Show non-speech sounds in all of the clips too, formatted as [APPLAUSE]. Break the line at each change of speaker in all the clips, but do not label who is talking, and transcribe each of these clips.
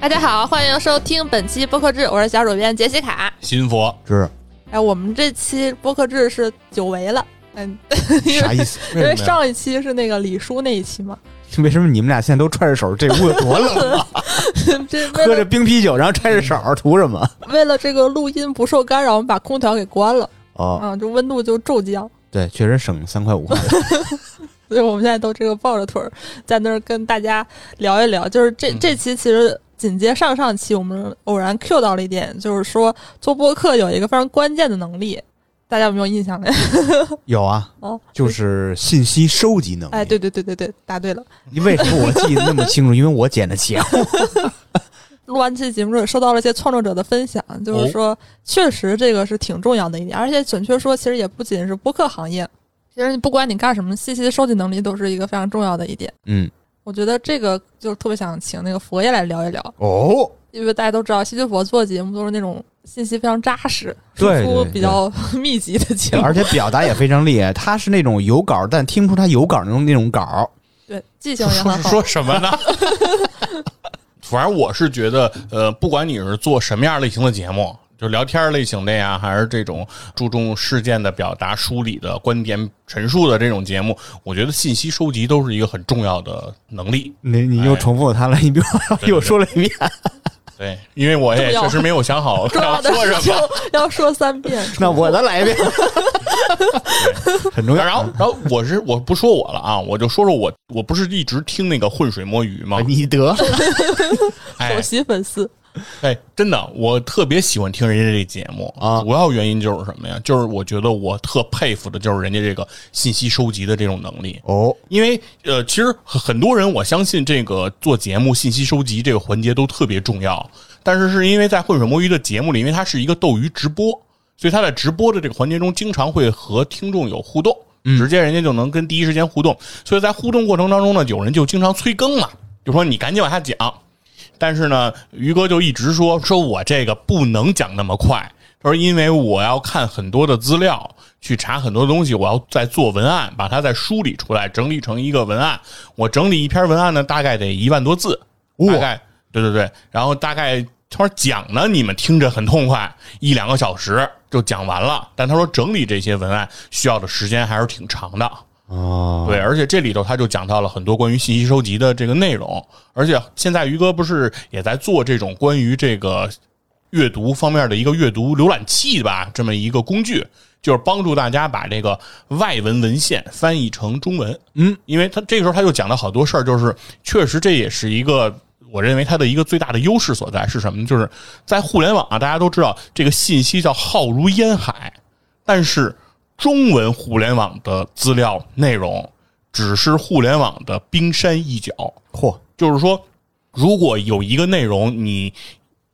大家好，欢迎收听本期播客制，我是小主编杰西卡。
新佛
是
哎，我们这期播客制是久违了，嗯，因
啥
为
意思？
[LAUGHS] 因为
为什么呀
上一期是那个李叔那一期嘛，
[LAUGHS]
[LAUGHS]
为什么你们俩现在都揣着手？这屋子多冷，啊
这为
喝着
了
冰啤酒，然后揣着手，图什么？
为了这个录音不受干扰，我们把空调给关了，
哦，
啊，就温度就骤降，
对，确实省三块五。
所以我们现在都这个抱着腿儿在那儿跟大家聊一聊。就是这
嗯
这期其实紧接上上期，我们偶然 Q 到了一点，就是说做播客有一个非常关键的能力，大家有没有印象呢？
[LAUGHS] 有啊，
哦，
就是信息收集能力。
哎，对对对对对，答对了。
你为什么我记得那么清楚？因为我剪的 [LAUGHS] 节目。
录完这期节目之后，收到了一些创作者的分享，就是说，确实这个是挺重要的一点，而且准确说，其实也不仅是播客行业，其实你不管你干什么，信息收集能力都是一个非常重要的一点。
嗯，
我觉得这个就是特别想请那个佛爷来聊一聊，
哦，
因为大家都知道，西西佛做节目都是那种信息非常扎实、输
对
出
对
比较 [LAUGHS] 密集的节目，
而且表达也非常厉害。他是那种有稿，但听不出他有稿那种那种稿。
对记性也很好。
[LAUGHS] 说什么呢？反正我是觉得，呃，不管你是做什么样类型的节目，就聊天类型的呀，还是这种注重事件的表达、梳理的观点陈述的这种节目，我觉得信息收集都是一个很重要的能力。
你你又重复他了，你比我
对
又说了一遍。
对，因为我
重
也
要
确实没有想
[LAUGHS]
好
重 [LAUGHS] 要
要
的
说
事
什
情
么。
要说三遍，
那我再来一 [LAUGHS] 遍，很重要。
然后，然后我是我不说我了啊，我就说说我，我不是一直听那个浑水摸鱼吗？
你得
哎
首，席粉丝
哎，真的，我特别喜欢听人家这节目
啊
主要原因就是什么呀？就是我觉得我特佩服的就是人家这个信息收集的这种能力。
哦，
因为呃，其实很很多人我相信这个做节目信息收集这个环节都特别重要，但是是因为在浑水摸鱼的节目里，因为它是一个斗鱼直播，所以它在直播的这个环节中经常会和听众有互动，直接人家就能跟第一时间互动，所以在互动过程当中呢，有人就经常催更嘛，就说你赶紧往下讲。但是呢，于哥就一直说说我这个不能讲那么快，他说因为我要看很多的资料，去查很多东西，我要再做文案，把它再梳理出来，整理成一个文案。我整理一篇文案呢，大概得一万多字，
哇
大概对对对，然后大概他说讲呢，你们听着很痛快，一两个小时就讲完了。但他说整理这些文案需要的时间还是挺长的。
哦，
对，而且这里头他就讲到了很多关于信息收集的这个内容，而且现在于哥不是也在做这种关于这个阅读方面的一个阅读浏览器吧，这么一个工具，就是帮助大家把这个外文文献翻译成中文。
嗯，
因为他这个时候他就讲了好多事儿，就是确实这也是一个。我认为它的一个最大的优势所在是什么呢？就是在互联网啊，大家都知道这个信息叫浩如烟海，但是中文互联网的资料内容只是互联网的冰山一角。
嚯，
就是说，如果有一个内容，你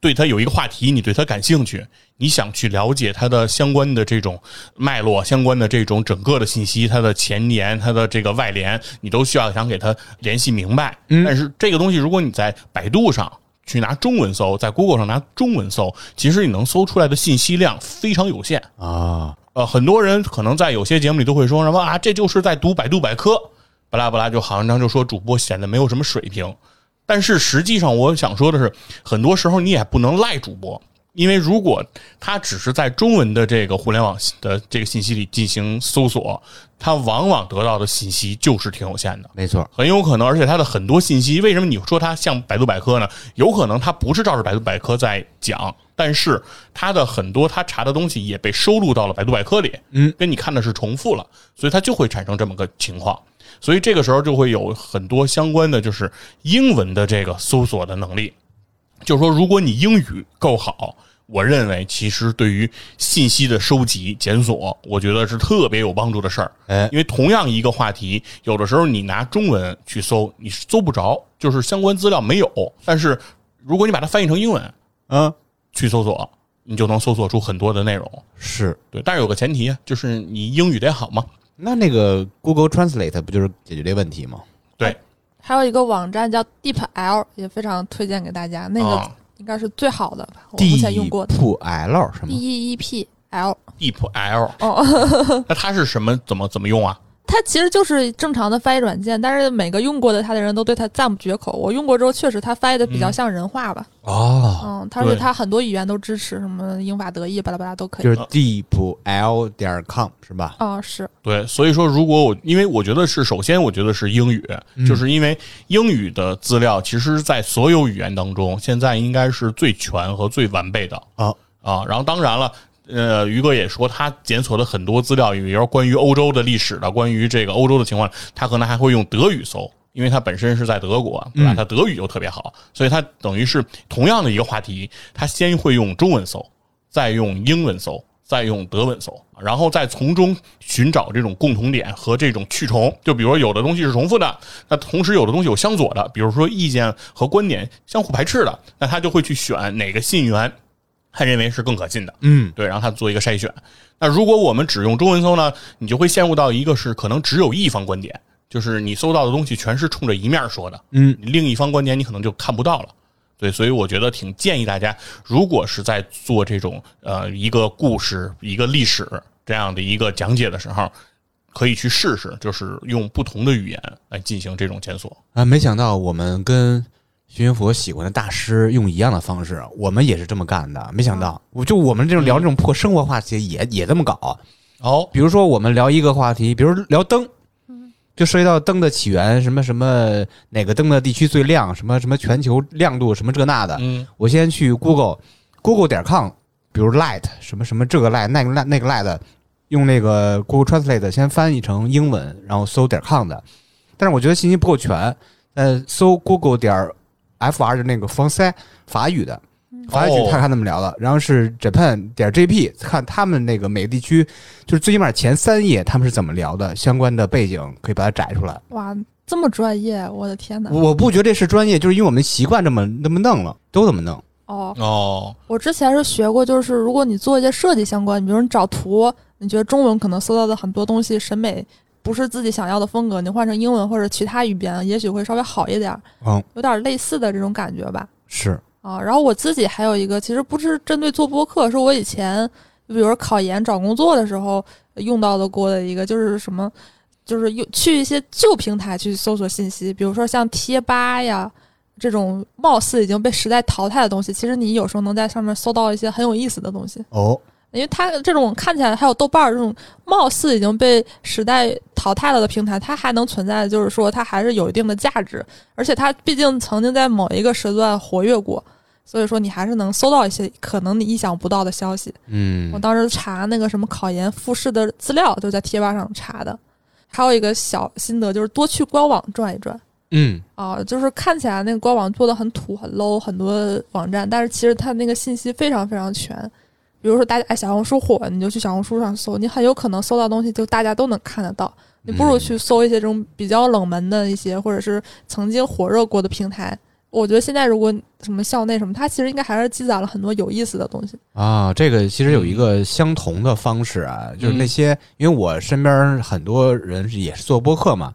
对它有一个话题，你对它感兴趣，你想去了解它的相关的这种脉络、相关的这种整个的信息，它的前联、它的这个外联，你都需要想给它联系明白。但是这个东西，如果你在百度上。去拿中文搜，在 Google 上拿中文搜，其实你能搜出来的信息量非常有限。
啊，
呃，很多人可能在有些节目里都会说什么啊，这就是在读百度百科，巴拉巴拉，就好像就说主播显得没有什么水平。但是实际上，我想说的是，很多时候你也不能赖主播，因为如果他只是在中文的这个互联网的这个信息里进行搜索，他往往得到的信息就是挺有限的。
没错，
很有可能，而且它的很多信息，为什么你说它像百度百科呢？有可能它不是照着百度百科在讲，但是它的很多它查的东西也被收录到了百度百科里，
嗯，
跟你看的是重复了，所以它就会产生这么个情况。所以这个时候就会有很多相关的，就是英文的这个搜索的能力。就是说，如果你英语够好，我认为其实对于信息的收集、检索，我觉得是特别有帮助的事儿。
哎
因为同样一个话题，有的时候你拿中文去搜，你搜不着，就是相关资料没有。但是如果你把它翻译成英文
嗯，
去搜索，你就能搜索出很多的内容。
是。
对，但是有个前提，啊就是你英语得好嘛。
那那个 Google Translate 不就是解决这问题吗？
对，
还有一个网站叫 DeepL，也非常推荐给大家，那个
啊
应该是最好的吧，我目
地
前用过的
L
D
什么？
E E P L。
Deep L，
哦，
[LAUGHS] 那它是什么？怎么怎么用啊？
它其实就是正常的翻译软件，但是每个用过的它的人都对它赞不绝口。我用过之后，确实它翻译的比较像人话吧，
哦，
嗯，它而且
对
它很多语言都支持，什么英法德意巴拉巴拉都可以。
就是 deep l 点 com 是吧？
啊、是
对，所以说，如果我因为我觉得是，首先我觉得是英语，就是因为英语的资料，其实，在所有语言当中，现在应该是最全和最完备的
啊
啊。然后，当然了，呃，于哥也说，他检索了很多资料，比如关于欧洲的历史的，关于这个欧洲的情况，他可能还会用德语搜。因为他本身是在德国，对吧？他德语又特别好，所以他等于是同样的一个话题，他先会用中文搜，再用英文搜，再用德文搜，然后再从中寻找这种共同点和这种去重。就比如说有的东西是重复的，那同时有的东西有相左的，比如说意见和观点相互排斥的，那他就会去选哪个信源他认为是更可信的。
嗯，
对，然后他做一个筛选。那如果我们只用中文搜呢，你就会陷入到一个是可能只有一方观点，就是你搜到的东西全是冲着一面儿说的，
嗯，
另一方观点你可能就看不到了。对，所以我觉得挺建议大家，如果是在做这种呃一个故事、一个历史这样的一个讲解的时候，可以去试试，就是用不同的语言来进行这种检索。
啊，没想到我们跟徐云佛喜欢的大师用一样的方式，我们也是这么干的。没想到，
嗯
我就我们这种聊这种破生活话题也也这么搞。
哦，
比如说，我们聊一个话题，比如聊灯，
嗯
就涉及到灯的起源，什么什么哪个灯的地区最亮，什么什么全球亮度，什么这那的。
嗯，
我先去 Google Google 点 com，比如 light 什么什么这个 light 那个 light 那个 light，用那个 Google Translate 先翻译成英文，然后搜点 com 的。但是我觉得信息不够全，呃，搜 Google 点 fr 就那个防塞法语的。法语
哦
看看他们聊的，然后是 Japan 点 JP 看他们那个每个地区，就是最起码前三页他们是怎么聊的，相关的背景可以把它摘出来。
哇，这么专业，我的天哪！
我不觉得这是专业，就是因为我们习惯这么这么弄了，都这么弄。
哦，
哦，
我之前是学过，就是如果你做一些设计相关，比如你找图，你觉得中文可能搜到的很多东西审美不是自己想要的风格，你换成英文或者其他语言，也许会稍微好一点儿，
嗯，
有点类似的这种感觉吧。
是，
啊，然后我自己还有一个，其实不是针对做播客，是我以前比如考研找工作的时候用到的过的一个，就是什么，就是用去一些旧平台去搜索信息，比如说像贴吧呀这种貌似已经被时代淘汰的东西，其实你有时候能在上面搜到一些很有意思的东西。
哦，
因为它这种看起来还有豆瓣儿这种貌似已经被时代淘汰了的平台，它还能存在，就是说它还是有一定的价值，而且它毕竟曾经在某一个时段活跃过，所以说你还是能搜到一些可能你意想不到的消息。
嗯
我当时查那个什么考研复试的资料，就在贴吧上查的。还有一个小心得就是多去官网转一转
嗯，
啊，就是看起来那个官网做的很土很 low 很多网站，但是其实它那个信息非常非常全。比如说大家哎小红书火，你就去小红书上搜，你很有可能搜到东西就大家都能看得到。你不如去搜一些这种比较冷门的一些，或者是曾经火热过的平台。我觉得现在如果什么校内什么，它其实应该还是积攒了很多有意思的东西。
啊，这个其实有一个相同的方式啊，就是那些，因为我身边很多人是也是做播客嘛，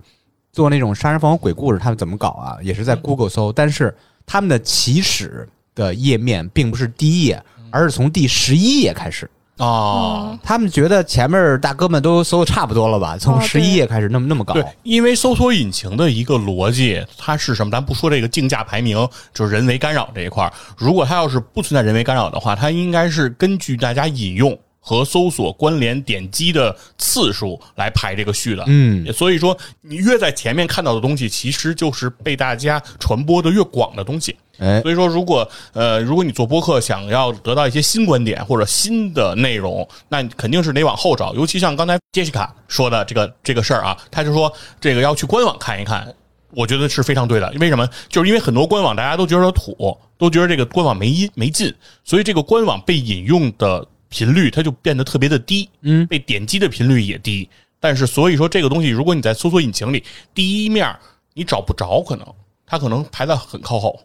做那种杀人放火鬼故事，他们怎么搞啊？也是在 Google 搜，但是他们的起始的页面并不是第一页，而是从第十一页开始。
哦，
嗯
他们觉得前面大哥们都搜的差不多了吧，从
哦
十
对
一页开始那么那么搞
对，因为搜索引擎的一个逻辑，它是什么？咱不说这个竞价排名，就是人为干扰这一块儿。如果它要是不存在人为干扰的话，它应该是根据大家引用和搜索关联点击的次数来排这个序的。
嗯，
所以说，你越在前面看到的东西，其实就是被大家传播的越广的东西。
哎，
所以说，如果呃，如果你做播客想要得到一些新观点或者新的内容，那你肯定是得往后找。尤其像刚才杰西卡说的这个这个事儿啊，他就说这个要去官网看一看，我觉得是非常对的。为什么？就是因为很多官网大家都觉得土，都觉得这个官网没音没劲，所以这个官网被引用的频率它就变得特别的低，
嗯
被点击的频率也低。但是所以说这个东西，如果你在搜索引擎里第一面儿你找不着，可能它可能排在很靠后。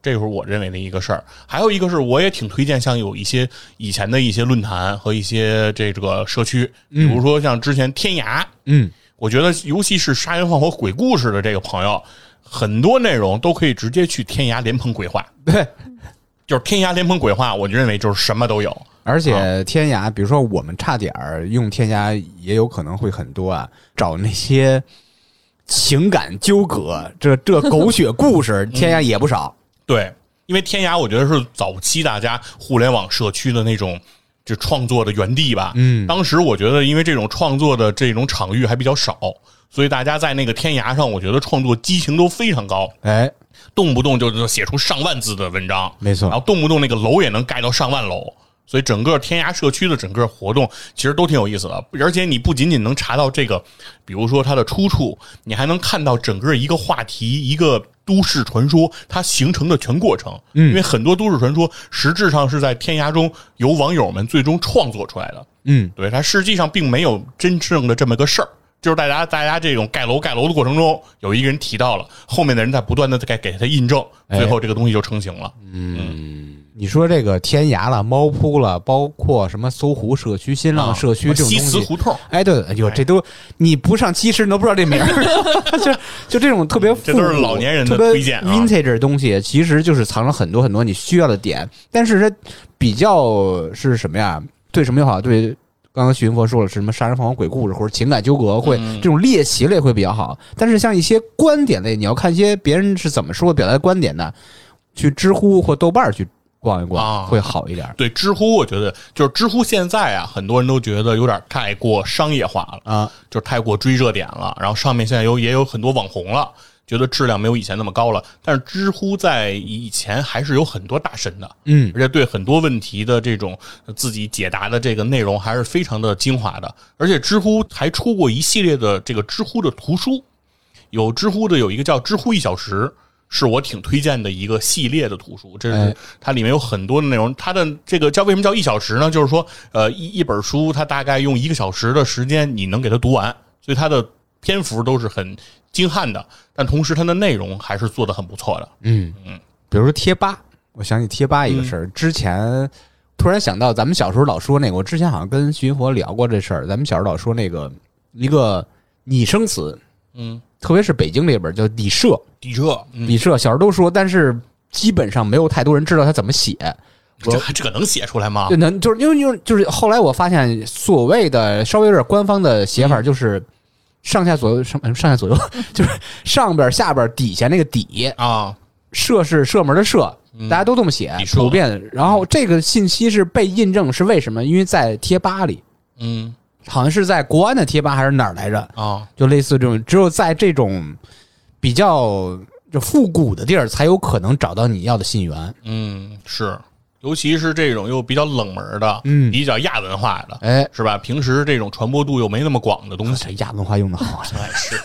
这是我认为的一个事儿。还有一个是，我也挺推荐像有一些以前的一些论坛和一些这个社区，比如说像之前天涯，
嗯，
我觉得尤其是杀人放火鬼故事的这个朋友，很多内容都可以直接去天涯莲蓬鬼话，
对，
就是天涯莲蓬鬼话，我就认为就是什么都有。
而且天涯，比如说我们差点儿用天涯，也有可能会很多啊，找那些情感纠葛，这这狗血故 [LAUGHS] 事，天涯也不少。
对，因为天涯我觉得是早期大家互联网社区的那种就创作的园地吧。
嗯
当时我觉得因为这种创作的这种场域还比较少，所以大家在那个天涯上，我觉得创作激情都非常高，
哎，
动不动就就写出上万字的文章，
没错
然后动不动那个楼也能盖到上万楼。所以整个天涯社区的整个活动其实都挺有意思的，而且你不仅仅能查到这个，比如说它的出处，你还能看到整个一个话题、一个都市传说它形成的全过程。嗯，因为很多都市传说实质上是在天涯中由网友们最终创作出来的。
嗯，
对，它实际上并没有真正的这么个事儿。就是大家大家这种盖楼盖楼的过程中，有一个人提到了，后面的人在不断的给给他印证，最后这个东西就成型
哎
了。
你说这个天涯了、猫扑了，包括什么搜狐社区、新浪社区
啊
这种
西
东
祠
西。
胡同，
哎，对，哎呦，这都你不上七十，你都不知道这名儿，
[LAUGHS]
就就这种特别
这都是老年人的
复古
推荐啊
特别 vintage 的东西，其实就是藏了很多很多你需要的点，但是它比较是什么呀？对什么友好？对，刚刚徐云佛说了，是什么杀人放火、鬼故事或者情感纠葛，会
嗯
这种猎奇类会比较好。但是像一些观点类，你要看一些别人是怎么说表达观点的，去知乎或豆瓣儿去逛一
啊
逛会好一点儿
对知乎，我觉得就是知乎现在啊，很多人都觉得有点太过商业化了，
啊。
就是太过追热点了。然后上面现在有也有很多网红了，觉得质量没有以前那么高了。但是知乎在以前还是有很多大神的，
嗯，
而且对很多问题的这种呃自己解答的这个内容还是非常的精华的。而且知乎还出过一系列的这个知乎的图书，有知乎的有一个叫“知乎一小时”，是我挺推荐的一个系列的图书。这是
哎
它里面有很多的内容。它的这个叫为什么叫一小时呢？就是说，呃，一一本书它大概用一个小时的时间，你能给它读完，所以它的篇幅都是很精悍的，但同时它的内容还是做的很不错的。
嗯，比如说贴吧，我想起贴吧一个事儿，之前突然想到咱们小时候老说那个，我之前好像跟徐云佛聊过这事儿，咱们小时候老说那个一个拟声词，
嗯，
特别是北京这边儿叫拟社，
的确，嗯，
拟社小时候都说，但是基本上没有太多人知道它怎么写。我
这这个能写出来吗
就？能就是因为因为就是后来我发现，所谓的稍微有点官方的写法，就是上下左右上上下左右， [LAUGHS] 就是上边儿下边儿底下那个底，
啊，
社是社门的社
嗯，
大家都这么写
你，说
普遍。然后这个信息是被印证，是为什么？因为在贴吧里，
嗯
好像是在国安的贴吧还是哪儿来着，
啊，
就类似这种，只有在这种比较就复古的地儿，才有可能找到你要的信源。
嗯是，尤其是这种又比较冷门的，
嗯
比较亚文化的，
哎，
是吧？平时这种传播度又没那么广的东西，
嗯这亚文化用的好啊，
[LAUGHS] 哎是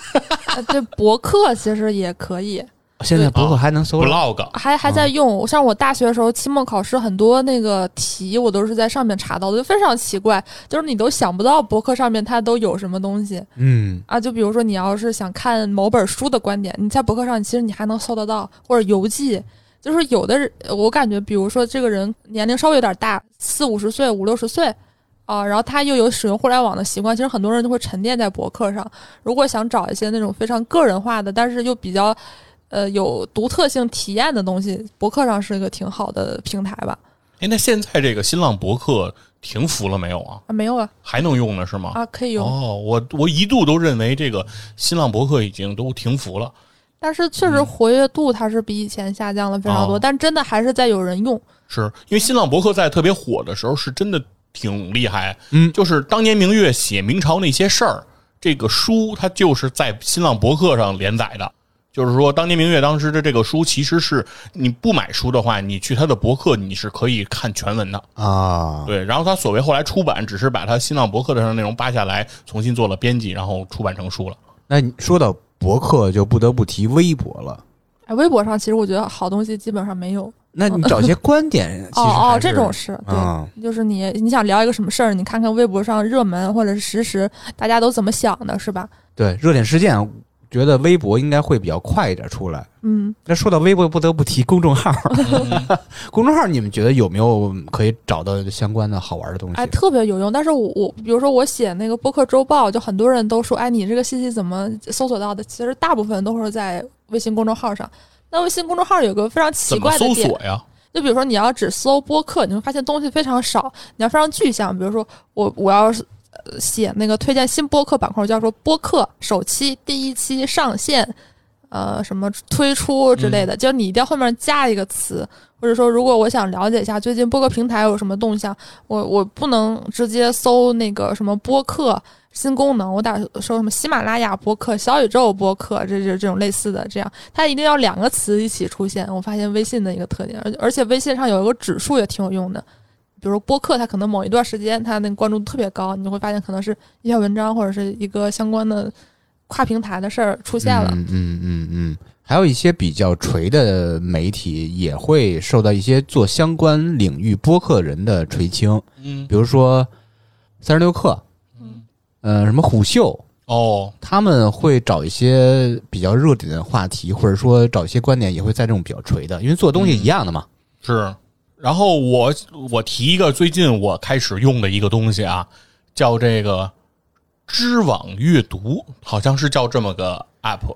呃这博客其实也可以，
现在
啊
博客还能搜了
blog
还还在用。像我大学的时候，期末考试很多那个题，我都是在上面查到的，就非常奇怪，就是你都想不到博客上面它都有什么东西
嗯，
啊。就比如说，你要是想看某本书的观点，你在博客上其实你还能搜得到，或者游记。就是有的人，我感觉，比如说这个人年龄稍微有点大，四五十岁、五六十岁，啊、然后他又有使用互联网的习惯，其实很多人就会沉淀在博客上。如果想找一些那种非常个人化的，但是又比较呃有独特性体验的东西，博客上是一个挺好的平台吧？
哎，那现在这个新浪博客停服了没有啊？
啊，没有啊，
还能用呢是吗？
啊可以用，
哦，我我一度都认为这个新浪博客已经都停服了。
但是确实活跃度它是比以前下降了非常多，
嗯哦
但真的还是在有人用。
是因为新浪博客在特别火的时候，是真的挺厉害。
嗯
就是当年明月写明朝那些事儿，这个书它就是在新浪博客上连载的。就是说，当年明月当时的这个书，其实是你不买书的话，你去他的博客，你是可以看全文的。
啊，
对，然后他所谓后来出版，只是把他新浪博客的上内容扒下来，重新做了编辑，然后出版成书了。
那你说到博客，就不得不提微博了。
哎，微博上其实我觉得好东西基本上没有。
那你找一些观点，其实
哦
还
哦，这
是
种是对，
啊
就是你你想聊一个什么事儿，你看看微博上热门或者是实时大家都怎么想的，是吧？
对热点事件，觉得微博应该会比较快一点出来。
嗯，
那说到微博，不得不提公众号。 [LAUGHS]
嗯
公众号，你们觉得有没有可以找到相关的好玩的东西啊
哎，？特别有用。但是我我比如说我写那个播客周报，就很多人都说，哎，你这个信息怎么搜索到的？其实大部分都是在微信公众号上。那微信公众号有个非常奇
怎么
怪的
搜
点，
索呀？
就比如说你要只搜播客，你会发现东西非常少，你要非常具象。比如说我我要是呃写那个推荐新播客板块，我就要说播客首期、第一期上线，呃，什么推出之类的，就是你一定要后面加一个词。或者说，如果我想了解一下最近播客平台有什么动向，我我不能直接搜那个什么播客新功能，我打搜什么喜马拉雅播客、小宇宙播客，这这这种类似的，这样它一定要两个词一起出现。我发现微信的一个特点，而且而且微信上有一个指数也挺有用的，比如说播客，它可能某一段时间它那个关注度特别高，你就会发现可能是一篇文章或者是一个相关的跨平台的事儿出现了。
嗯嗯嗯嗯，还有一些比较垂的媒体也会受到一些做相关领域播客人的垂青，
嗯
比如说三十六氪，
嗯，
呃，什么虎嗅，
哦，
他们会找一些比较热点的话题，或者说找一些观点，也会在这种比较垂的，因为做东西一样的嘛。
是。然后我我提一个最近我开始用的一个东西啊，叫这个知网阅读，好像是叫这么个 app。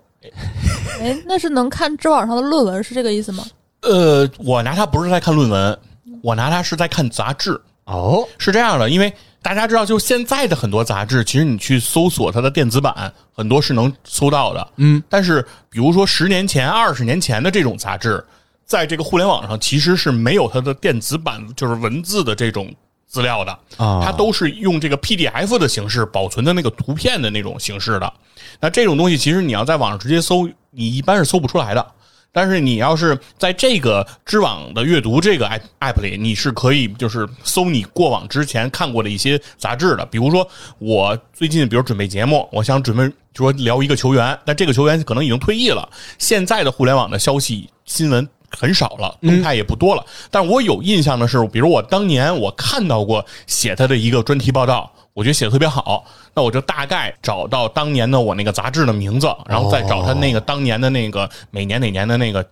哎、那是能看知网上的论文，是这个意思吗？
嗯
呃，我拿它不是在看论文，我拿它是在看杂志。
哦，
是这样的，因为大家知道，就现在的很多杂志，其实你去搜索它的电子版，很多是能搜到的。
嗯，
但是比如说十年前、二十年前的这种杂志，在这个互联网上其实是没有它的电子版，就是文字的这种资料的。
啊
它都是用这个 PDF 的形式保存的那个图片的那种形式的。那这种东西其实你要在网上直接搜，你一般是搜不出来的。但是你要是在这个知网的阅读这个 app app 里，你是可以就是搜你过往之前看过的一些杂志的。比如说我最近比如准备节目，我想准备说聊一个球员，但这个球员可能已经退役了。现在的互联网的消息新闻很少了，动态也不多了。但我有印象的是，比如我当年我看到过写他的一个专题报道，我觉得写的特别好，那我就大概找到当年的我那个杂志的名字，然后再找他那个当年的那个每年哪年的那个。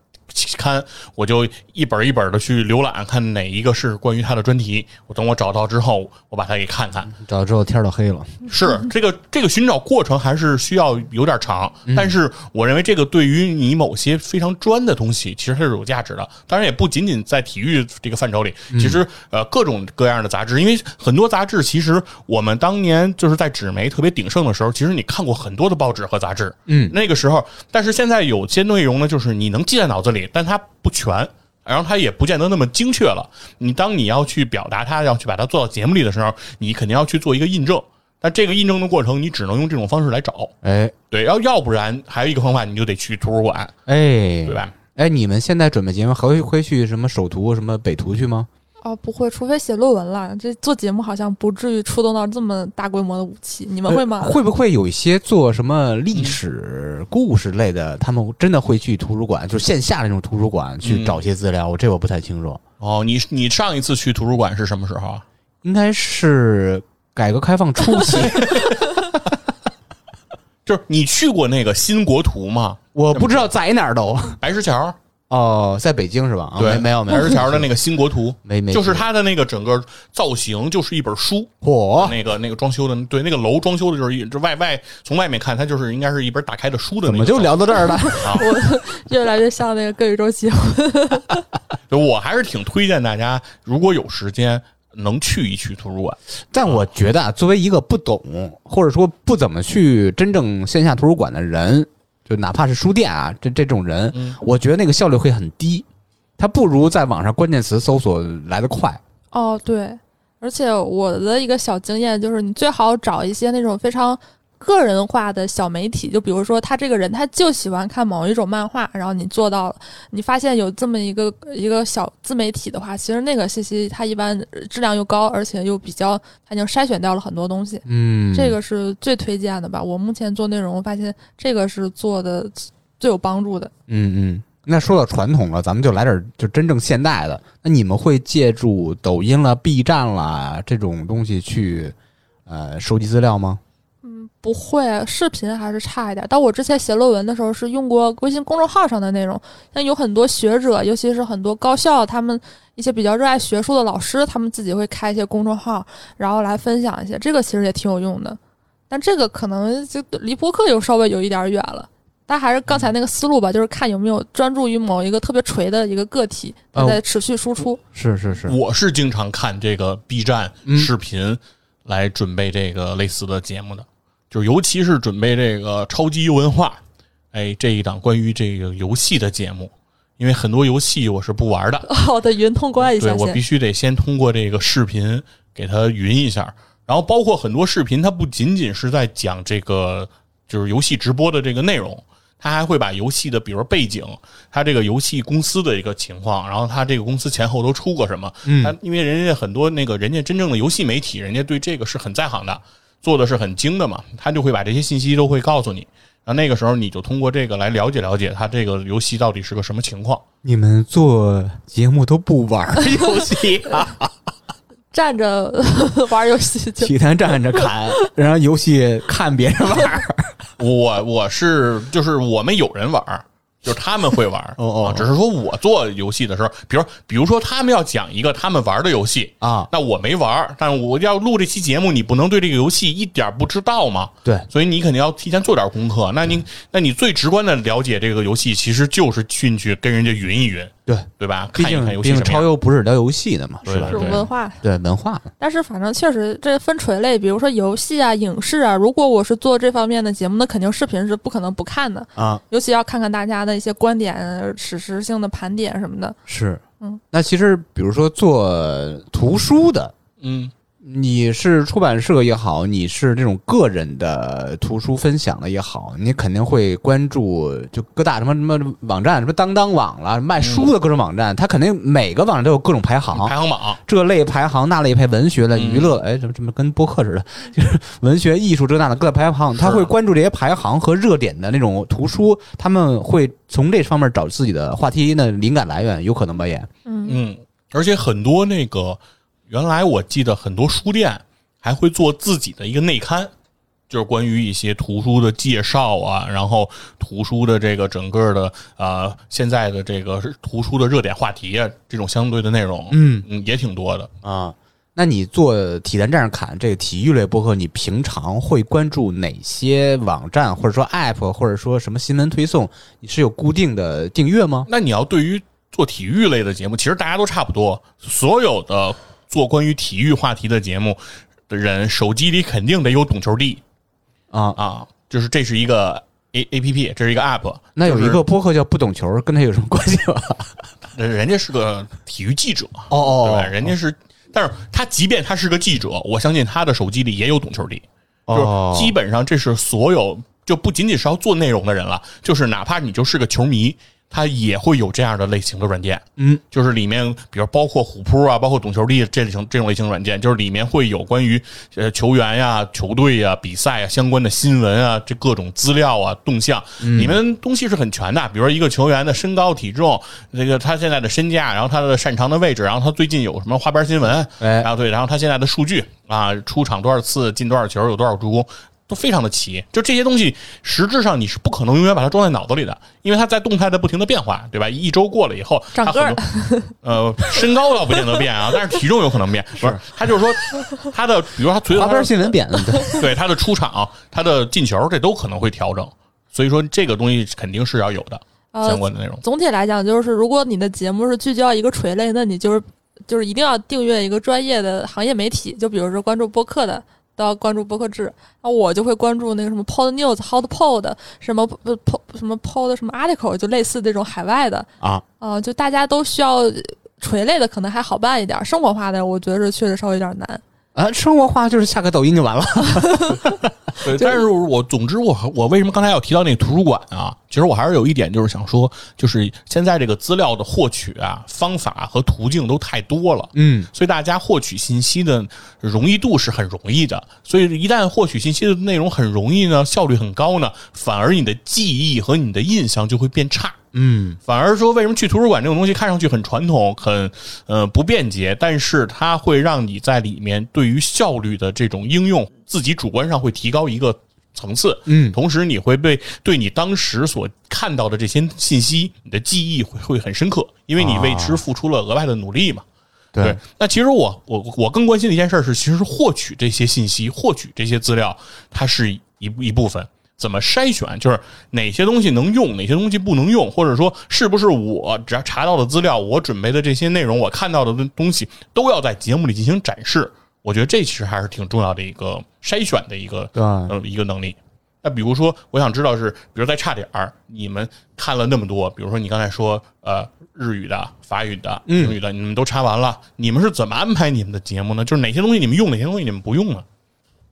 刊，我就一本一本的去浏览，看哪一个是关于他的专题。我等我找到之后，我把它给看看。
找到之后天儿都黑了。
是这个这个寻找过程还是需要有点长，但是我认为这个对于你某些非常专的东西，其实它是有价值的。当然也不仅仅在体育这个范畴里，其实呃各种各样的杂志，因为很多杂志其实我们当年就是在纸媒特别鼎盛的时候，其实你看过很多的报纸和杂志，
嗯，
那个时候，但是现在有些内容呢，就是你能记在脑子里，但它不全。然后它也不见得那么精确了。你当你要去表达它，要去把它做到节目里的时候，你肯定要去做一个印证。但这个印证的过程，你只能用这种方式来找。
哎
对，要要不然还有一个方法，你就得去图书馆，
哎
对，吧？
哎，你们现在准备节目还会会去什么首图、什么北图去吗？
哦，不会，除非写论文了。这做节目好像不至于出动到这么大规模的武器，你们会吗？
呃会不会有一些做什么历史故事类的，他们真的会去图书馆，就是线下的那种图书馆去
嗯
找一些资料？我这我不太清楚，
哦，你你上一次去图书馆是什么时候啊？
应该是改革开放初
[LAUGHS]
期，
就是你去过那个新国图吗？
我不知道在哪儿都。
白石桥，
哦，在北京是吧？啊
对，
没没有没
白
有
石，桥的那个新国图，
没没，
就是它的那个整个造型就是一本书，
火
那个那个装修的，对，那个楼装修的就是一，这外外从外面看，它就是应该是一本打开的书的
怎
那
么
个。啊
就聊到这儿了？ [LAUGHS]
越来越像那个各宇宙节目。
就我还是挺推荐大家，如果有时间能去一去图书馆。
但我觉得啊，作为一个不懂或者说不怎么去真正线下图书馆的人，就哪怕是书店啊，这这种人，
嗯
我觉得那个效率会很低。他不如在网上关键词搜索来得快。
哦，对，而且我的一个小经验就是，你最好找一些那种非常个人化的小媒体，就比如说他这个人他就喜欢看某一种漫画，然后你做到了，你发现有这么一个一个小自媒体的话，其实那个信息它一般质量又高，而且又比较它已经筛选掉了很多东西。
嗯
这个是最推荐的吧？我目前做内容，我发现这个是做的最有帮助的。
嗯嗯。那说到传统了，咱们就来点儿就真正现代的。那你们会借助抖音了、B 站啦这种东西去呃收集资料吗？
不会，视频还是差一点。但我之前写论文的时候是用过微信公众号上的内容，像有很多学者，尤其是很多高校，他们一些比较热爱学术的老师，他们自己会开一些公众号，然后来分享一些，这个其实也挺有用的。但这个可能就离播客又稍微有一点远了。但还是刚才那个思路吧，就是看有没有专注于某一个特别锤的一个个体，它
哦
在持续输出。 [LAUGHS]
是是是，
我是经常看这个 B 站
嗯
视频来准备这个类似的节目的，就是尤其是准备这个超级文化，哎，这一档关于这个游戏的节目，因为很多游戏我是不玩的，
哦，对，云通关一
对
下
我必
先。
须得先通过这个视频给它云一下，然后包括很多视频，它不仅仅是在讲这个就是游戏直播的这个内容，它还会把游戏的比如背景，它这个游戏公司的一个情况，然后它这个公司前后都出过什么，
嗯呃
它因为人家很多那个人家真正的游戏媒体，人家对这个是很在行的，做的是很精的嘛，他就会把这些信息都会告诉你。然后那个时候，你就通过这个来了解了解它这个游戏到底是个什么情况。
你们做节目都不玩儿 [LAUGHS] 游戏啊，
站着 [LAUGHS] 玩游戏就
体坛站着 [LAUGHS] 砍，然后游戏看别人玩儿。
我我是就是我们有人玩儿，就是他们会玩儿
[LAUGHS] 哦哦
啊只是说我做游戏的时候，比如比如说他们要讲一个他们玩儿的游戏
啊
那我没玩儿，但我要录这期节目，你不能对这个游戏一点儿不知道嘛，
对
所以你肯定要提前做点功课。那你
嗯
那你最直观的了解这个游戏，其实就是进去跟人家云一云，
对，
对吧？
毕
看一
竟
看游
毕
戏
竟
什么
超
样。
游不是聊游戏的嘛，
对
是吧
这
的？
种
对
文化。
对文化嘛，
但是反正确实这分垂类，比如说游戏啊、影视啊，如果我是做这方面的节目，那肯定视频是不可能不看的，
啊，
尤其要看看大家的一些观点、史实性的盘点什么的。
是。
嗯，
那其实比如说做图书的，
嗯，
你是出版社也好，你是这种个人的图书分享的也好，你肯定会关注就各大什么什么网站，什么当当网了，卖书的各种网站，它肯定每个网站都有各种嗯排行。
排行榜，
这类排行，那类排文学的、
嗯
娱乐，哎，怎么怎么跟播客似的， [LAUGHS] 就是文学、艺术这那的各类排行，他
是
会关注这些排行和热点的那种图书，他们会从这方面找自己的话题的灵感来源，有可能吧也
嗯，
嗯，而且很多那个，原来我记得很多书店还会做自己的一个内刊，就是关于一些图书的介绍啊，然后图书的这个整个的呃现在的这个是图书的热点话题啊，这种相对的内容，
嗯
也挺多的。
啊。那你做体坛站着侃这个体育类播客，你平常会关注哪些网站，或者说 App，或者说什么新闻推送？你是有固定的订阅吗？
那你要对于做体育类的节目，其实大家都差不多，所有的做关于体育话题的节目的人，手机里肯定得有懂球帝
啊，
啊，就是这是一个 A A P P，这是一个 App，
那有
就是
一个播客叫不懂球，跟他有什么关系吗？
人人家是个体育记者，
哦
对吧？
哦
人家是，但是他即便他是个记者，我相信他的手机里也有懂球帝，
哦
就是哦基本上这是所有，就不仅仅是要做内容的人了，就是哪怕你就是个球迷，他也会有这样的类型的软件。
嗯，
就是里面，比如包括虎扑啊，包括懂球帝这类型这种类型软件，就是里面会有关于呃球员呀、球队呀、比赛呀相关的新闻啊，这各种资料啊、动向，
嗯
里面东西是很全的。比如说一个球员的身高、体重，这个他现在的身价，然后他的擅长的位置，然后他最近有什么花边新闻，
哎
然后对，然后他现在的数据啊，出场多少次，进多少球，有多少助攻。都非常的齐，就这些东西，实质上你是不可能永远把它装在脑子里的，因为它在动态的不停的变化，对吧？一周过了以后，
长
它
个儿
很多
[LAUGHS]
呃，身高倒不见得变啊，但是体重有可能变。不是，他就是说他的，比如说他
[LAUGHS]
随着
花
他
边
的
新闻点的，对
对他的出场、他的进球，这都可能会调整。所以说这个东西肯定是要有的
呃
相，关的内容。
总体来讲就是，如果你的节目是聚焦一个垂类，那你就是就是一定要订阅一个专业的行业媒体，就比如说关注播客的。都要关注播客制，那我就会关注那个什么 Pod News、Hot Pod，什么不 Pod 什么 Pod 什么 article，就类似这种海外的，
[LAUGHS] 啊，
呃，就大家都需要垂类的，可能还好办一点，生活化的我觉得是确实稍微有点难。
啊，生活化就是下个抖音就完了。
[LAUGHS] 对，但是我总之我我为什么刚才要提到那个图书馆啊？其实我还是有一点就是想说，就是现在这个资料的获取啊方法和途径都太多了。
嗯，
所以大家获取信息的容易度是很容易的。所以一旦获取信息的内容很容易呢，效率很高呢，反而你的记忆和你的印象就会变差。
嗯，
反而说，为什么去图书馆这种东西看上去很传统、很呃不便捷，但是它会让你在里面对于效率的这种应用，自己主观上会提高一个层次。
嗯
同时你会被对你当时所看到的这些信息，你的记忆会会很深刻，因为你为之付出了额外的努力嘛。对，，那其实我我我更关心的一件事是，其实获取这些信息、获取这些资料，它是一一部分，怎么筛选，就是哪些东西能用，哪些东西不能用，或者说是不是我只要查到的资料，我准备的这些内容，我看到的东西都要在节目里进行展示。我觉得这其实还是挺重要的一个筛选的一个
[LAUGHS] 对吧
呃一个能力。那比如说，我想知道是，比如在差点儿，你们看了那么多，比如说你刚才说，呃，日语的、法语的、英语的，你们都查完了，你们是怎么安排你们的节目呢？就是哪些东西你们用，哪些东西你们不用呢？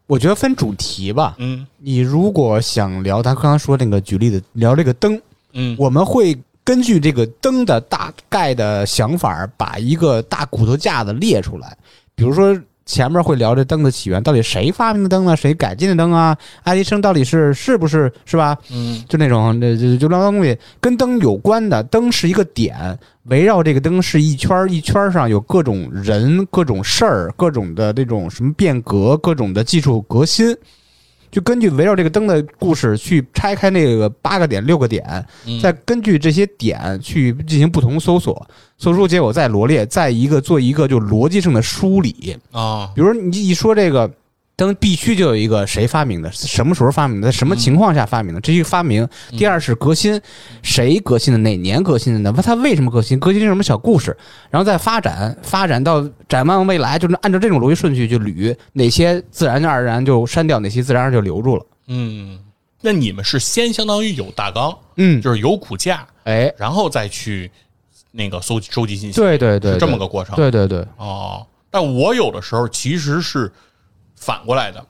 我觉得分主题吧。
嗯
你如果想聊他刚刚说那个举例的聊这个灯，
嗯
我们会根据这个灯的大概的想法，把一个大骨头架子列出来。比如说前面会聊这灯的起源，到底谁发明的灯啊，谁改进的灯啊？爱迪生到底是是不是是吧？
嗯
就那种这这就乱东西，跟灯有关的，灯是一个点，围绕这个灯是一圈儿一圈儿上有各种人、各种事儿、各种的这种什么变革、各种的技术革新，就根据围绕这个灯的故事去拆开那个八个点、六个点，
嗯
再根据这些点去进行不同搜索，搜出结果再罗列，再一个做一个就逻辑性的梳理。
啊
比如你一说这个灯，必须就有一个谁发明的，什么时候发明的，在什么情况下发明的，这是一个发明。第二是革新，谁革新的，哪年革新的呢？它为什么革新？革新是什么小故事？然后再发展，发展到嗯展望未来，就是按照这种逻辑顺序去捋，哪些自然而然就删掉，哪些自然而然就留住了。
嗯，那你们是先相当于有大纲，
嗯，
就是有骨架，
哎，
然后再去那个搜集收集信息，
对对对，
是这么
个
个过程。
对对对，
哦，但我有的时候其实是反过来的。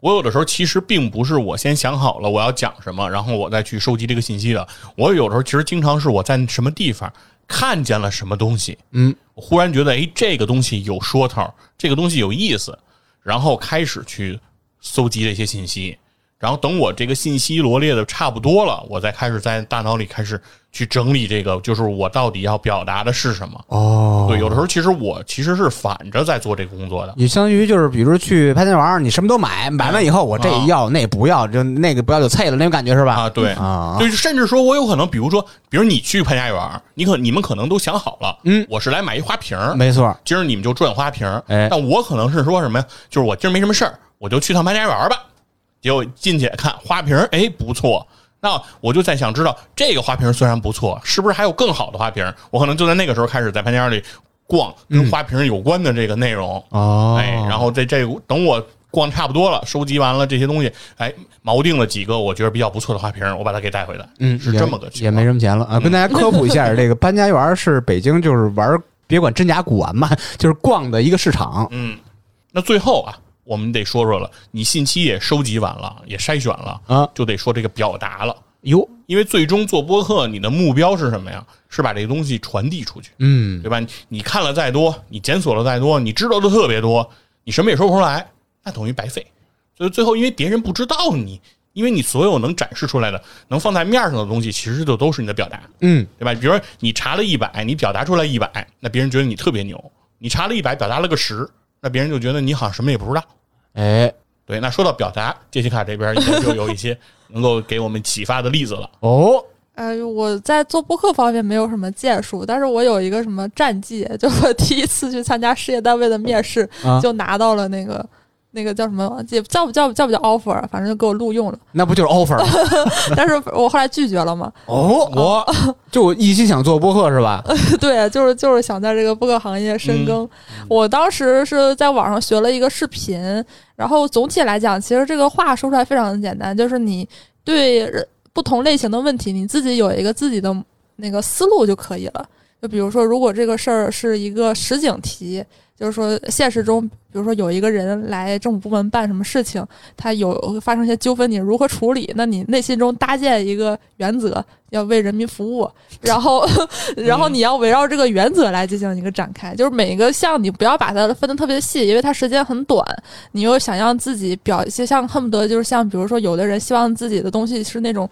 我有的时候其实并不是我先想好了我要讲什么，然后我再去收集这个信息的。我有的时候其实经常是我在什么地方看见了什么东西，
嗯，
我忽然觉得，哎，这个东西有说头，这个东西有意思，然后开始去搜集这些信息。然后等我这个信息罗列的差不多了，我再开始在大脑里开始去整理这个，就是我到底要表达的是什么。
哦嗯
对，有的时候其实我其实是反着在做这个工作的。
你相当于就是，比如去潘家园，你什么都买，买完以后我这
啊
要那不要，就那个不要就菜了，那种感觉是吧？
啊，对
啊
就是甚至说我有可能，比如说，比如你去潘家园，你可你们可能都想好了，
嗯，
我是来买一花瓶儿，
没错，
今儿你们就转花瓶儿，
哎
但我可能是说什么呀？就是我今儿没什么事儿，我就去趟潘家园儿吧。结果进去看花瓶儿，哎，不错。那我就在想知道，这个花瓶儿虽然不错，是不是还有更好的花瓶儿？我可能就在那个时候开始在潘家园儿里逛
嗯
跟花瓶儿有关的这个内容。
哦
哎，然后在这个等我逛差不多了，收集完了这些东西，哎，锚定了几个我觉得比较不错的花瓶儿，我把它给带回来。
嗯，
是
也
这么个情况
也没什么钱了啊。跟大家科普一下，这个潘家园是北京就是玩，别管真假古玩吧，就是逛的一个市场。
嗯，那最后啊，我们得说说了，你信息也收集完了，也筛选了
啊
就得说这个表达了。
哟，
因为最终做播客，你的目标是什么呀？是把这个东西传递出去，
嗯，
对吧？你你看了再多，你检索了再多，你知道的特别多，你什么也说不出来，那等于白费。所以最后，因为别人不知道你，因为你所有能展示出来的、能放在面上的东西，其实就都是你的表达。
嗯，
对吧？比如说你查了一百，你表达出来一百，那别人觉得你特别牛；你查了一百，表达了个十，那别人就觉得你好像什么也不知道。
哎，
对，那说到表达，杰西卡这边应该就有一些能够给我们启发的例子了。
哦，
哎呦，我在做播客方面没有什么建树，但是我有一个什么战绩，就我第一次去参加事业单位的面试，
啊
就拿到了那个那个叫什么，也叫不叫叫不叫 offer，啊反正就给我录用了。
那不就是 offer 吗？
但是我后来拒绝了嘛，
哦，我就我一心想做播客是吧？
[LAUGHS] 对，就是就是想在这个播客行业深耕。我当时是在网上学了一个视频，然后总体来讲，其实这个话说出来非常的简单，就是你对不同类型的问题，你自己有一个自己的那个思路就可以了。就比如说，如果这个事儿是一个实景题，就是说现实中，比如说有一个人来政府部门办什么事情，他有发生一些纠纷，你如何处理？那你内心中搭建一个原则，要为人民服务，然后然后你要围绕这个原则来进行一个展开，就是每个项你不要把它分得特别细，因为它时间很短，你又想让自己表，就像恨不得就是像比如说有的人希望自己的东西是那种。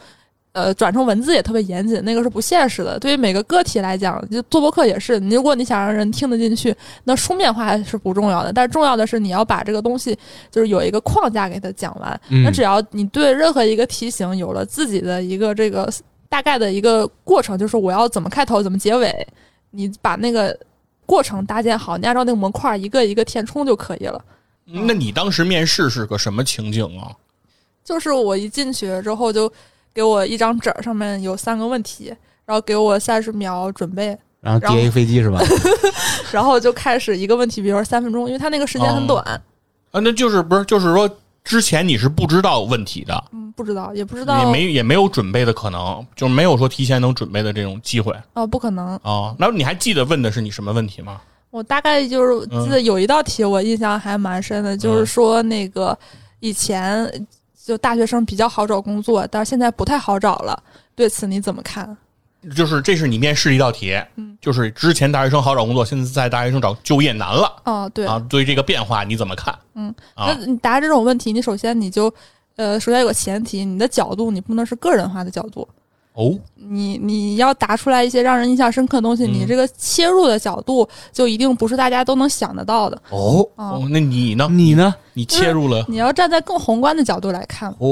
呃，转成文字也特别严谨，那个是不现实的。对于每个个体来讲，就做播客也是，你如果你想让人听得进去，那书面化是不重要的，但是重要的是你要把这个东西就是有一个框架给它讲完。那
嗯
只要你对任何一个题型有了自己的一个这个大概的一个过程，就是我要怎么开头，怎么结尾，你把那个过程搭建好，你按照那个模块一个一个填充就可以了。
那你当时面试是个什么情景啊？
就是我一进去之后就给我一张纸儿，上面有三个问题，然后给我三十秒准备，
然后
然后
叠一飞机是吧？
然后就开始一个问题，比如说三分钟，因为它那个时间很短，
啊，那就是不是就是说之前你是不知道问题的，
嗯，不知道也不知道
你没也没有准备的可能，就是没有说提前能准备的这种机会
啊、不可能。
啊。那你还记得问的是你什么问题吗？
我大概就是
嗯
记得有一道题我印象还蛮深的，就是说那个以前就大学生比较好找工作，但是现在不太好找了，对此你怎么看？
就是这是你面试的一道题，
嗯
就是之前大学生好找工作，现在大学生找就业难了
哦，对，
啊。对于这个变化你怎么看？
嗯，
啊
那你答这种问题，你首先你就呃，首先有个前提，你的角度你不能是个人化的角度，
哦，
你你要答出来一些让人印象深刻的东西，
嗯
你这个切入的角度就一定不是大家都能想得到的，
哦，
啊
哦，那你呢？
你呢？
你切入了，
你要站在更宏观的角度来看。啊，
哦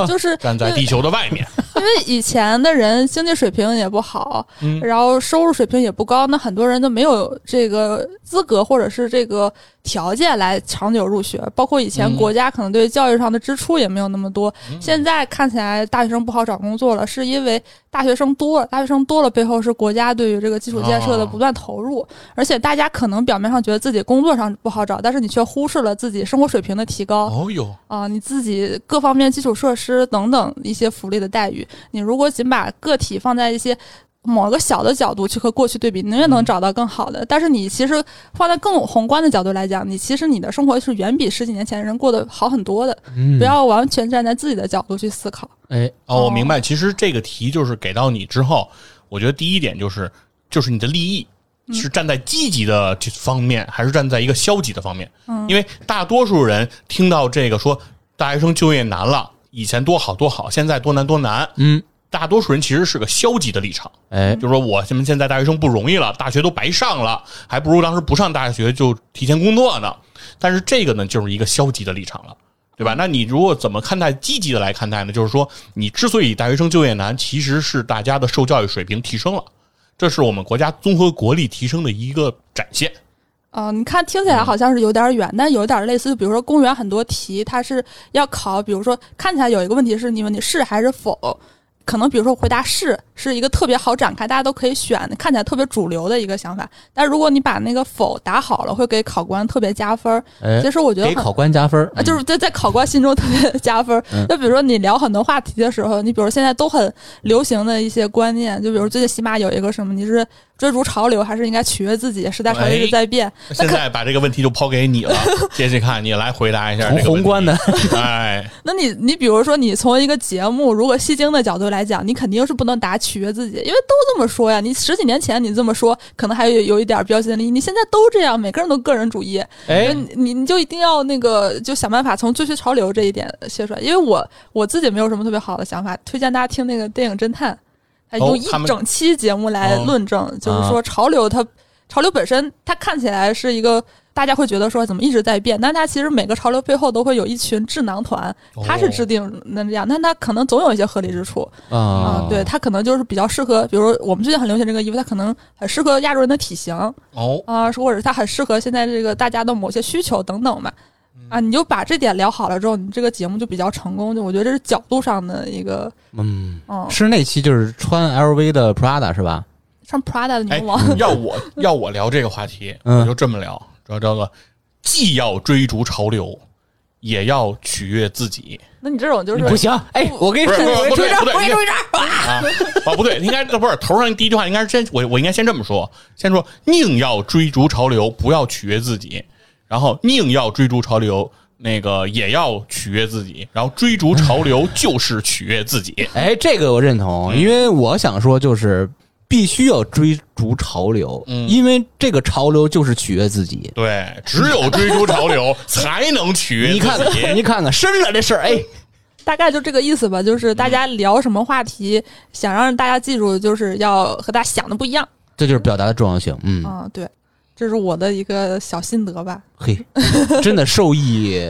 我
就是
站在
因为
地球的
[LAUGHS]
外面，
因为以前的人经济水平也不好，
嗯
然后收入水平也不高，那很多人都没有这个资格或者是这个条件来长久入学。包括以前
嗯
国家可能对教育上的支出也没有那么多。现在看起来大学生不好找工作了，是因为大学生多了，大学生多了背后是国家对于这个基础建设的
哦
不断投入，而且大家可能表面上觉得自己工作上不好找，但是你却忽视了自己生活水平的提高。
哦哟，
啊、你自己各方面基础设施等等一些福利的待遇，你如果仅把个体放在一些某个小的角度去和过去对比，你也能找到更好的。但是你其实放在更宏观的角度来讲，你其实你的生活是远比十几年前的人过得好很多的。
嗯
不要完全站在自己的角度去思考。
哎，
哦，我
哦
明白。其实这个题就是给到你之后，我觉得第一点就是，就是你的利益
嗯
是站在积极的这方面，还是站在一个消极的方面？
嗯
因为大多数人听到这个说大学生就业难了，以前多好多好，现在多难多难，
嗯，
大多数人其实是个消极的立场，
哎，
就是说我什么现在大学生不容易了，大学都白上了，还不如当时不上大学就提前工作呢。但是这个呢，就是一个消极的立场了，对吧？那你如果怎么看待积极的来看待呢？就是说，你之所以大学生就业难，其实是大家的受教育水平提升了，这是我们国家综合国力提升的一个展现。
啊、你看听起来
嗯
好像是有点远，但有点类似，比如说公务员很多题，它是要考，比如说看起来有一个问题是你问你是还是否，可能比如说回答是是一个特别好展开，大家都可以选，看起来特别主流的一个想法。但如果你把那个否答好了，会给考官特别加分儿。
哎
其，实我觉得
给
很。
考官加分
嗯啊，就是在在考官心中特别加分儿
嗯。
就比如说你聊很多话题的时候，你比如现在都很流行的一些观念，就比如最近起码有一个什么，你是追逐潮流还是应该取悦自己？时代潮
哎
流一直在变，
现在把这个问题就抛给你了， [LAUGHS] 杰西卡，你来回答一下这
从
个问
宏
题
观的，
哎，
那你你比如说，你从一个节目如果戏精的角度来讲，你肯定是不能打取悦自己，因为都这么说呀。你十几年前你这么说，可能还有有一点标新立异，你现在都这样，每个人都个人主义，
哎，
你你你就一定要那个就想办法从追随潮流这一点切出来。因为我我自己没有什么特别好的想法，推荐大家听那个电影侦探，他
哦
用一
他们
整期节目来
哦
论证，就是说潮流它潮流本身它看起来是一个。大家会觉得说怎么一直在变，但它其实每个潮流背后都会有一群智囊团，
哦
它是制定那这样，但它可能总有一些合理之处啊、
[LAUGHS] 啊
对，，它可能就是比较适合，比如说我们最近很流行这个衣服，它可能很适合亚洲人的体型，
哦，
啊，是或者是它很适合现在这个大家的某些需求等等嘛。啊，你就把这点聊好了之后，你这个节目就比较成功。就我觉得这是角度上的一个，
嗯，
嗯，
是那期就是穿 LV 的 Prada 是吧？
像 Prada 的
哎
女王，，
要我要我聊这个话题，
嗯
我就这么聊，知道这个，既要追逐潮流，也要取悦自
[LAUGHS]
己
[LAUGHS] 那你这种就是
不行，哎，我跟你
不
说，
是不是
我
不
追
对
着
不对
我追着，
啊！啊，不对，应该不是头上第一句话，应该是先我我应该先这么说，先说宁要追逐潮流，不要取悦自己，然后宁要追逐潮流。那个也要取悦自己，然后追逐潮
[LAUGHS]
流就是取悦自己。
哎，这个我认
嗯
同，因为我想说就是必须要追逐潮流，
嗯
因为这个潮流就是取悦自己。
对，
[LAUGHS]
只有追逐潮流才能取悦自己。
你看看，你看看，深了这事儿，哎，
大概就这个意思吧。就是大家聊什么话题，想让大家记住，就是要和大家想的不一样。
这就是表达的重要性。嗯，
嗯，对，这是我的一个小心得吧，
嘿，真的受益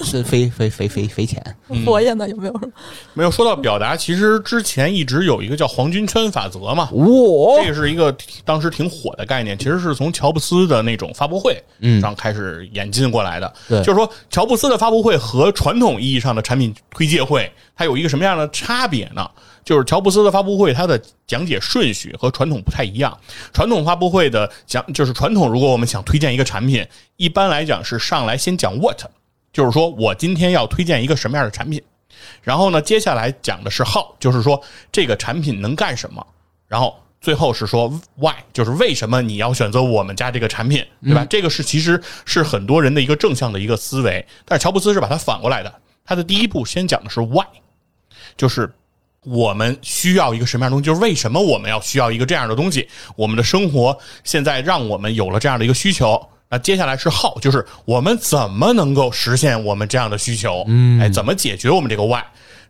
是非非非非非浅。
[LAUGHS]
嗯
佛爷呢有没有什么？
没有说到表达，其实之前一直有一个叫黄金圈法则嘛，
哇，
这个是一个挺当时挺火的概念，其实是从乔布斯的那种发布会
嗯
上开始演进过来的。
对
就是说乔布斯的发布会和传统意义上的产品推介会，它有一个什么样的差别呢？就是乔布斯的发布会，它的讲解顺序和传统不太一样。传统发布会的讲，就是传统，如果我们想推荐一个产品，一般来讲是上来先讲 what，就是说我今天要推荐一个什么样的产品。然后呢，接下来讲的是 how，就是说这个产品能干什么。然后最后是说 why，就是为什么你要选择我们家这个产品，对吧？这个是其实是很多人的一个正向的一个思维，但是乔布斯是把它反过来的。他的第一步先讲的是 why，就是我们需要一个什么样的东西，就是为什么我们要需要一个这样的东西？我们的生活现在让我们有了这样的一个需求。那接下来是 how，就是我们怎么能够实现我们这样的需求？嗯，哎，怎么解决我们这个 why？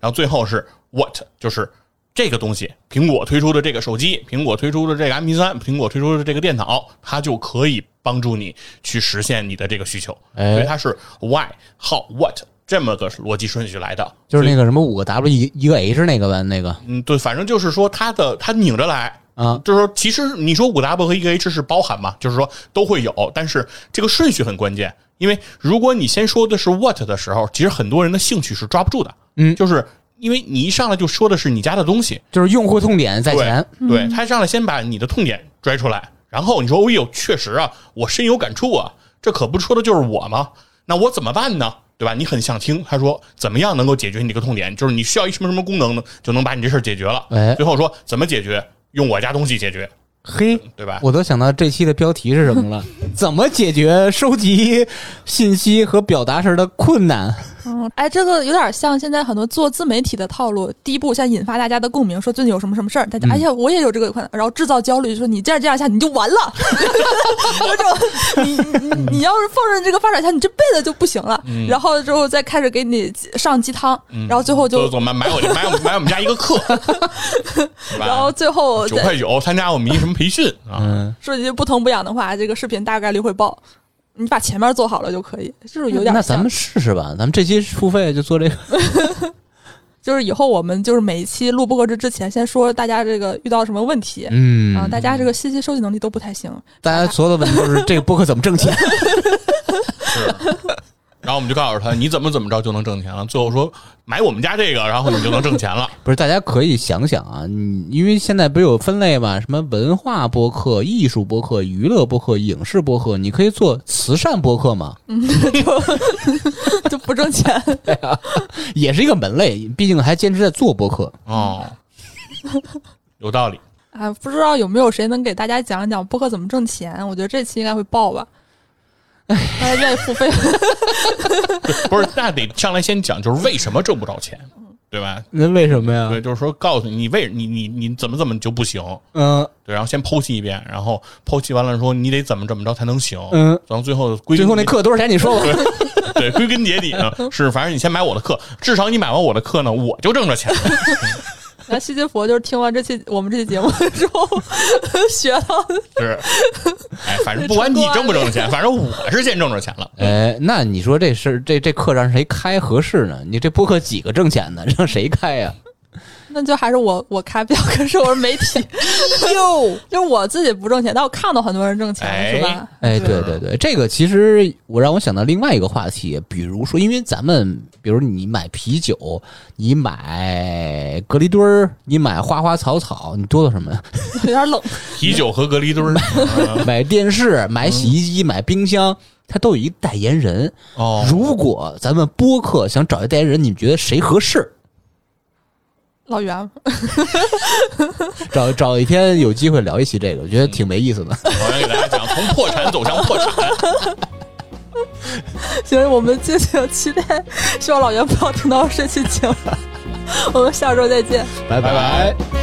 然后最后是 what，就是这个东西，苹果推出的这个手机，苹果推出的这个 MP 三，苹果推出的这个电脑，它就可以帮助你去实现你的这个需求。
哎
所以它是 why、how、what 这么个逻辑顺序来的。
就是那个什么五个 W 一一个 H 那个吧，那个
嗯，对，反正就是说它的它拧着来，
啊，
就是说其实你说五 W 和一个 H 是包含嘛，就是说都会有，但是这个顺序很关键，因为如果你先说的是 what 的时候，其实很多人的兴趣是抓不住的，
嗯
就是因为你一上来就说的是你家的东西，
就是用户痛点在前，
对他上来先把你的痛点拽出来，然后你说，哎呦，确实啊，我深有感触啊，这可不说的就是我吗？那我怎么办呢？对吧？你很想听他说怎么样能够解决你这个痛点，就是你需要一什么什么功能呢，就能把你这事儿解决了。
哎
最后说怎么解决，用我家东西解决，
嘿，
对吧？
我都想到这期的标题是
[LAUGHS]
什么了？怎么解决收集信息和表达时的困难？
嗯，哎，这个有点像现在很多做自媒体的套路。第一步先引发大家的共鸣，说最近有什么什么事儿，大
嗯
家、哎呀我也有这个困难，然后制造焦虑，说你这样这样下你就完了， [LAUGHS] 有种你你你要是放任这个发展下，你这辈子就不行了。
嗯
然后之后再开始给你上鸡汤，然后最后
走
就
走买买我买我买我们家一个
[LAUGHS]
课，对
然后
吧？
最后
哦九
再
块九参加我们一什么培训啊？
嗯，
说一句不疼不痒的话，这个视频大概率会爆。你把前面做好了就可以，就是有点
那咱
像
们试试吧，咱们这期付费就做这个。
就是以后我们就是每一期录播客之之前，先说大家这个遇到什么问题，
嗯
啊，大家这个信息收集能力都不太行， [LAUGHS]
大家所有的问题都是这个播客怎么挣钱？
是。然后我们就告诉他你怎么怎么着就能挣钱了。最后说买我们家这个，然后你就能挣钱了。
不是，大家可以想想啊，你因为现在不是有分类嘛，什么文化播客、艺术播客、娱乐播客、影视播客，你可以做慈善播客嘛，
就 [LAUGHS] 就不挣钱。嗯
也是一个门类，毕竟还坚持在做播客。 [LAUGHS]
哦，有道理。
啊，不知道有没有谁能给大家讲一讲播客怎么挣钱？我觉得这期应该会爆吧。大家愿意付费， [LAUGHS]
不是，那得上来先讲，就是为什么挣不着钱，对吧？
那为什么呀
对，就是说告诉你你为你你你怎么怎么就不行，
嗯
对，然后先剖析一遍，然后剖析完了说你得怎么怎么着才能行，
嗯，
然后最后归根
最后那课多少钱？你说吧。
[LAUGHS] 对，归根结底呢是，反正你先买我的课，至少你买完我的课呢，我就挣着钱了。
那西西佛就是听完这期我们这期节目之后学到
是，哎，反正不管你挣不挣钱，反正我是先挣着钱了。
哎，那你说这事儿这这课让谁开合适呢？你这播客几个挣钱的，让谁开呀、
那就还是我我开不了，可是我是媒体，
哎
哟，就是我自己不挣钱，但我看到很多人挣钱，是吧？ [LAUGHS]
哎，对对对，这个其实我让我想到另外一个话题，比如说，因为咱们，比如你买啤酒，你买隔离墩儿，你买花花草草，你多了什么呀？
有点冷，
啤酒和隔离墩儿，嗯
买电视、买洗衣机、买冰箱，它都有一代言人。
哦
如果咱们播客想找一代言人，你们觉得谁合适？
老袁，
找找一天有机会聊一期这个，我觉得挺没意思的。
好像给大家讲，从破产走向破产，
[LAUGHS] 行，我们敬请期待， [LAUGHS] 希望老袁不要听到这期节目，我们下周再见。
拜
拜拜。